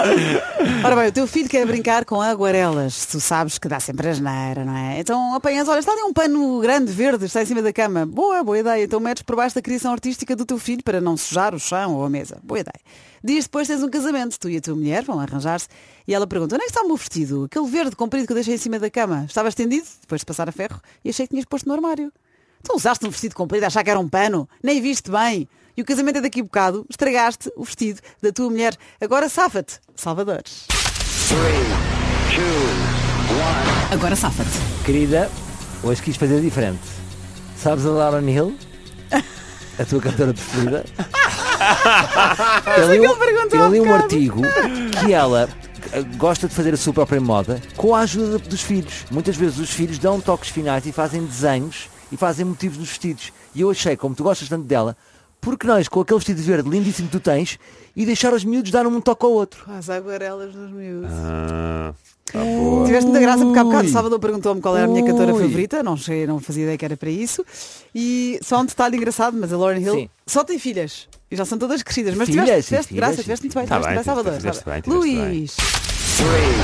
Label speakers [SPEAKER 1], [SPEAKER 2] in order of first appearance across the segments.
[SPEAKER 1] Ora bem, o teu filho quer brincar com aguarelas. Tu sabes que dá sempre asneira, não é? Então apanhas, olha, está ali um pano grande verde, está em cima da cama. Boa, boa ideia. Então metes por baixo da criação artística do teu filho para não sujar o chão ou a mesa. Boa ideia. Dias depois tens um casamento. Tu e a tua mulher vão arranjar-se e ela pergunta, onde é que está o meu vestido? Aquele verde comprido que eu deixei em cima da cama. Estava estendido, depois de passar a ferro, e achei que tinhas posto no armário. Então usaste um vestido comprido, a achar que era um pano, nem viste bem. E o casamento é daqui a bocado, estragaste o vestido da tua mulher. Agora safa-te, Salvadores. Agora safa-te.
[SPEAKER 2] Querida, hoje quis fazer diferente. Sabes a Lauren Hill? A tua cantora preferida? eu li,
[SPEAKER 1] que ele perguntou
[SPEAKER 2] eu
[SPEAKER 1] há
[SPEAKER 2] li um
[SPEAKER 1] bocado.
[SPEAKER 2] artigo que ela eh, gosta de fazer a sua própria moda com a ajuda dos filhos. Muitas vezes os filhos dão toques finais e fazem desenhos e fazem motivos nos vestidos. E eu achei, como tu gostas tanto dela, por que nós, com aquele vestido verde lindíssimo que tu tens, e deixar os miúdos dar um toque ao outro?
[SPEAKER 1] As aguarelas nos miúdos.
[SPEAKER 3] Ah,
[SPEAKER 1] Tiveste muita graça porque há bocado
[SPEAKER 2] Ui.
[SPEAKER 1] o Salvador perguntou-me qual era a minha cantora
[SPEAKER 2] Ui.
[SPEAKER 1] favorita. Não sei, não fazia ideia que era para isso. E só um detalhe engraçado, mas a Lauren Hill
[SPEAKER 2] Sim.
[SPEAKER 1] só tem filhas. E já são todas crescidas. Mas
[SPEAKER 2] Filhas
[SPEAKER 1] tiveste,
[SPEAKER 2] e
[SPEAKER 1] tiveste
[SPEAKER 2] filhas
[SPEAKER 1] graça,
[SPEAKER 2] e
[SPEAKER 1] tiveste muito bem.
[SPEAKER 3] Tá
[SPEAKER 1] tiveste
[SPEAKER 3] bem,
[SPEAKER 1] bem, Salvador.
[SPEAKER 3] fizeste
[SPEAKER 1] Tá
[SPEAKER 3] bem,
[SPEAKER 1] bem.
[SPEAKER 3] fizeste bem.
[SPEAKER 1] Luís.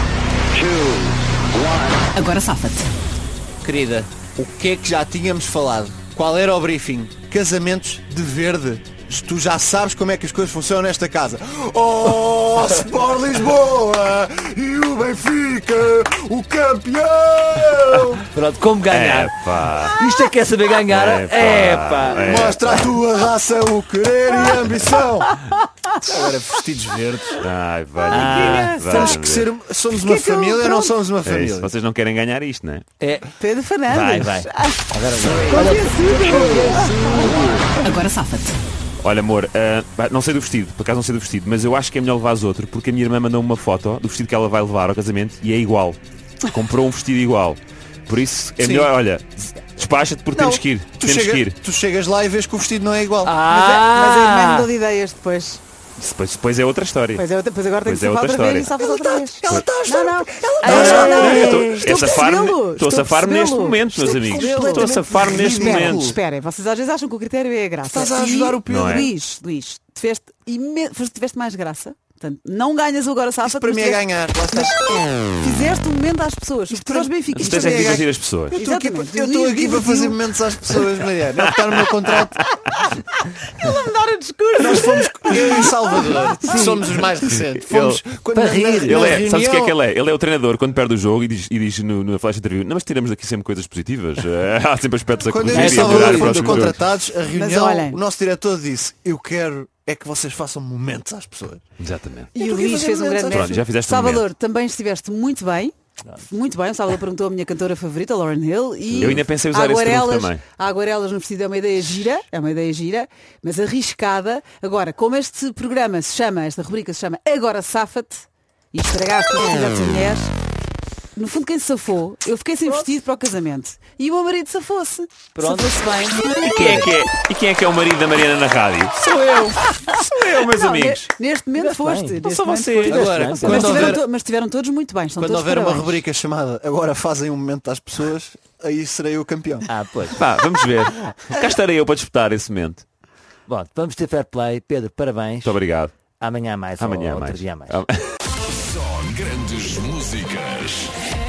[SPEAKER 4] Agora safa-te.
[SPEAKER 5] Querida, o que é que já tínhamos falado? Qual era o briefing? Casamentos de verde. Tu já sabes como é que as coisas funcionam nesta casa. Oh, Sport Lisboa e o Benfica, o campeão!
[SPEAKER 2] Pronto, como ganhar? É,
[SPEAKER 3] epá.
[SPEAKER 2] Isto é que é saber ganhar?
[SPEAKER 3] Epá.
[SPEAKER 2] Epá!
[SPEAKER 3] É.
[SPEAKER 5] Mostra a tua raça, o querer e a ambição. Agora vestidos verdes.
[SPEAKER 3] Ai, vai.
[SPEAKER 5] Ah, Temos que ser, somos
[SPEAKER 1] é
[SPEAKER 5] uma
[SPEAKER 1] que eu-
[SPEAKER 5] família, não
[SPEAKER 1] pronto.
[SPEAKER 5] somos uma
[SPEAKER 3] É isso.
[SPEAKER 5] família.
[SPEAKER 3] Vocês não querem ganhar isto, não é?
[SPEAKER 2] É,
[SPEAKER 1] Pedro Fernandes. Ah,
[SPEAKER 2] vai, vai. Agora vai.
[SPEAKER 4] Agora safa-te.
[SPEAKER 3] Olha, amor, ah, pá, não sei do vestido, por acaso não sei do vestido, mas eu acho que é melhor levares outro, porque a minha irmã mandou uma foto do vestido que ela vai levar ao casamento e é igual. Comprou um vestido igual. Por isso é
[SPEAKER 5] Sim.
[SPEAKER 3] melhor, olha, despacha-te porque
[SPEAKER 5] Não,
[SPEAKER 3] temos que ir.
[SPEAKER 5] Tu,
[SPEAKER 3] temos
[SPEAKER 5] chega-
[SPEAKER 3] que ir.
[SPEAKER 5] tu chegas lá e vês que o vestido não é igual.
[SPEAKER 1] Mas, é, mas a irmã
[SPEAKER 2] Ah!
[SPEAKER 1] mudou de ideias depois.
[SPEAKER 3] Depois, depois é outra história.
[SPEAKER 1] Pois, é, outra- pois agora tem
[SPEAKER 3] Pois
[SPEAKER 1] que
[SPEAKER 3] é
[SPEAKER 1] safar
[SPEAKER 3] outra
[SPEAKER 1] outra vez e
[SPEAKER 3] história.
[SPEAKER 1] safas outra vez.
[SPEAKER 5] tá-
[SPEAKER 1] Ela está a Não, não.
[SPEAKER 3] Ah,
[SPEAKER 1] não, não.
[SPEAKER 3] eu tô-
[SPEAKER 1] Estou
[SPEAKER 3] é
[SPEAKER 1] a
[SPEAKER 3] safar-me-
[SPEAKER 1] percebê-lo.
[SPEAKER 3] Estou a
[SPEAKER 1] Estou a
[SPEAKER 3] safar-me neste
[SPEAKER 1] percebê-lo.
[SPEAKER 3] momento, meus amigos. Estou a
[SPEAKER 5] completamente
[SPEAKER 3] safar-me neste
[SPEAKER 5] ridículo.
[SPEAKER 1] Esperem,
[SPEAKER 3] momento.
[SPEAKER 1] esperem. Vocês às vezes acham que o critério é a graça.
[SPEAKER 5] Estás a ajudar o Pedro.
[SPEAKER 3] Não é?
[SPEAKER 1] Luís, Luís, tiveste, imen- tiveste mais graça. Portanto, não ganhas o agora safa.
[SPEAKER 5] Isso para mim é ganhar. Lá está.
[SPEAKER 1] Fizeste um momento às pessoas. Isto para os benfiquistas.
[SPEAKER 3] Isto é
[SPEAKER 5] Também
[SPEAKER 3] que
[SPEAKER 5] é
[SPEAKER 3] divertir
[SPEAKER 5] gajo.
[SPEAKER 3] as pessoas.
[SPEAKER 5] Eu estou aqui,
[SPEAKER 1] Exatamente.
[SPEAKER 5] eu estou
[SPEAKER 1] Luís
[SPEAKER 5] aqui para
[SPEAKER 1] divertiu.
[SPEAKER 5] fazer momentos às pessoas, Maria. Não está no meu contrato.
[SPEAKER 1] Ela me dar o discurso.
[SPEAKER 5] Nós fomos, eu e o Salvador, somos os mais recentes. Fomos quando,
[SPEAKER 2] para rir.
[SPEAKER 5] na
[SPEAKER 3] Ele é,
[SPEAKER 5] reunião-
[SPEAKER 3] sabes o que é que ele é? Ele é o treinador quando perde o jogo e diz, e diz no, no flash interview, não, mas tiramos daqui sempre coisas positivas. Eh, Há sempre aspectos a
[SPEAKER 5] Quando
[SPEAKER 3] corrigir e
[SPEAKER 5] eu e o
[SPEAKER 3] a melhorar
[SPEAKER 5] Salvador
[SPEAKER 3] o
[SPEAKER 5] fomos
[SPEAKER 3] próximo jogo.
[SPEAKER 5] contratados, a reunião,
[SPEAKER 1] olhem-
[SPEAKER 5] o nosso diretor disse: Eu quero é que vocês façam momentos às pessoas.
[SPEAKER 3] Exatamente.
[SPEAKER 1] E o Luís fez um grande
[SPEAKER 3] Pronto,
[SPEAKER 1] mestre.
[SPEAKER 3] já fizeste um
[SPEAKER 1] Salvador, também estiveste muito bem. Muito bem, o Salvador perguntou a minha cantora favorita, Lauren Hill, e
[SPEAKER 3] Eu ainda pensei usar esse truque
[SPEAKER 1] aguarelas,
[SPEAKER 3] também.
[SPEAKER 1] a aguarelas no vestido é uma ideia gira, é uma ideia gira, mas arriscada. Agora, como este programa se chama, esta rubrica se chama Agora Safa-te, e estragaste o vestido da tua mulher, no fundo quem se safou, eu fiquei sem vestido para o casamento. E o meu marido safou-se.
[SPEAKER 2] Pronto.
[SPEAKER 1] Safou-se bem.
[SPEAKER 3] E quem, é que é, e quem é que é o marido da Mariana na rádio? Sou eu! Sou eu, meus
[SPEAKER 1] Não, ne-
[SPEAKER 3] amigos!
[SPEAKER 1] Neste momento foste.
[SPEAKER 2] bem.
[SPEAKER 3] Não
[SPEAKER 1] neste
[SPEAKER 3] são
[SPEAKER 1] momento
[SPEAKER 3] é vocês! é-
[SPEAKER 5] Agora,
[SPEAKER 2] Mas
[SPEAKER 1] Mas
[SPEAKER 5] quando
[SPEAKER 1] tiveram,
[SPEAKER 5] houver,
[SPEAKER 1] to- mas tiveram todos muito bem. Estão
[SPEAKER 5] quando
[SPEAKER 3] Então
[SPEAKER 1] todos
[SPEAKER 5] houver uma
[SPEAKER 1] parabéns.
[SPEAKER 5] rubrica chamada Agora fazem um momento às pessoas, aí serei o campeão.
[SPEAKER 2] Ah, pois.
[SPEAKER 3] Pá, vamos ver. Cá estarei eu para disputar esse momento.
[SPEAKER 2] Bom, vamos ter fair play. Pedro, parabéns.
[SPEAKER 3] Muito obrigado.
[SPEAKER 2] Amanhã há mais.
[SPEAKER 3] Amanhã
[SPEAKER 2] ou
[SPEAKER 3] há mais.
[SPEAKER 2] Outro dia há mais.
[SPEAKER 3] Ah,
[SPEAKER 6] Só grandes músicas.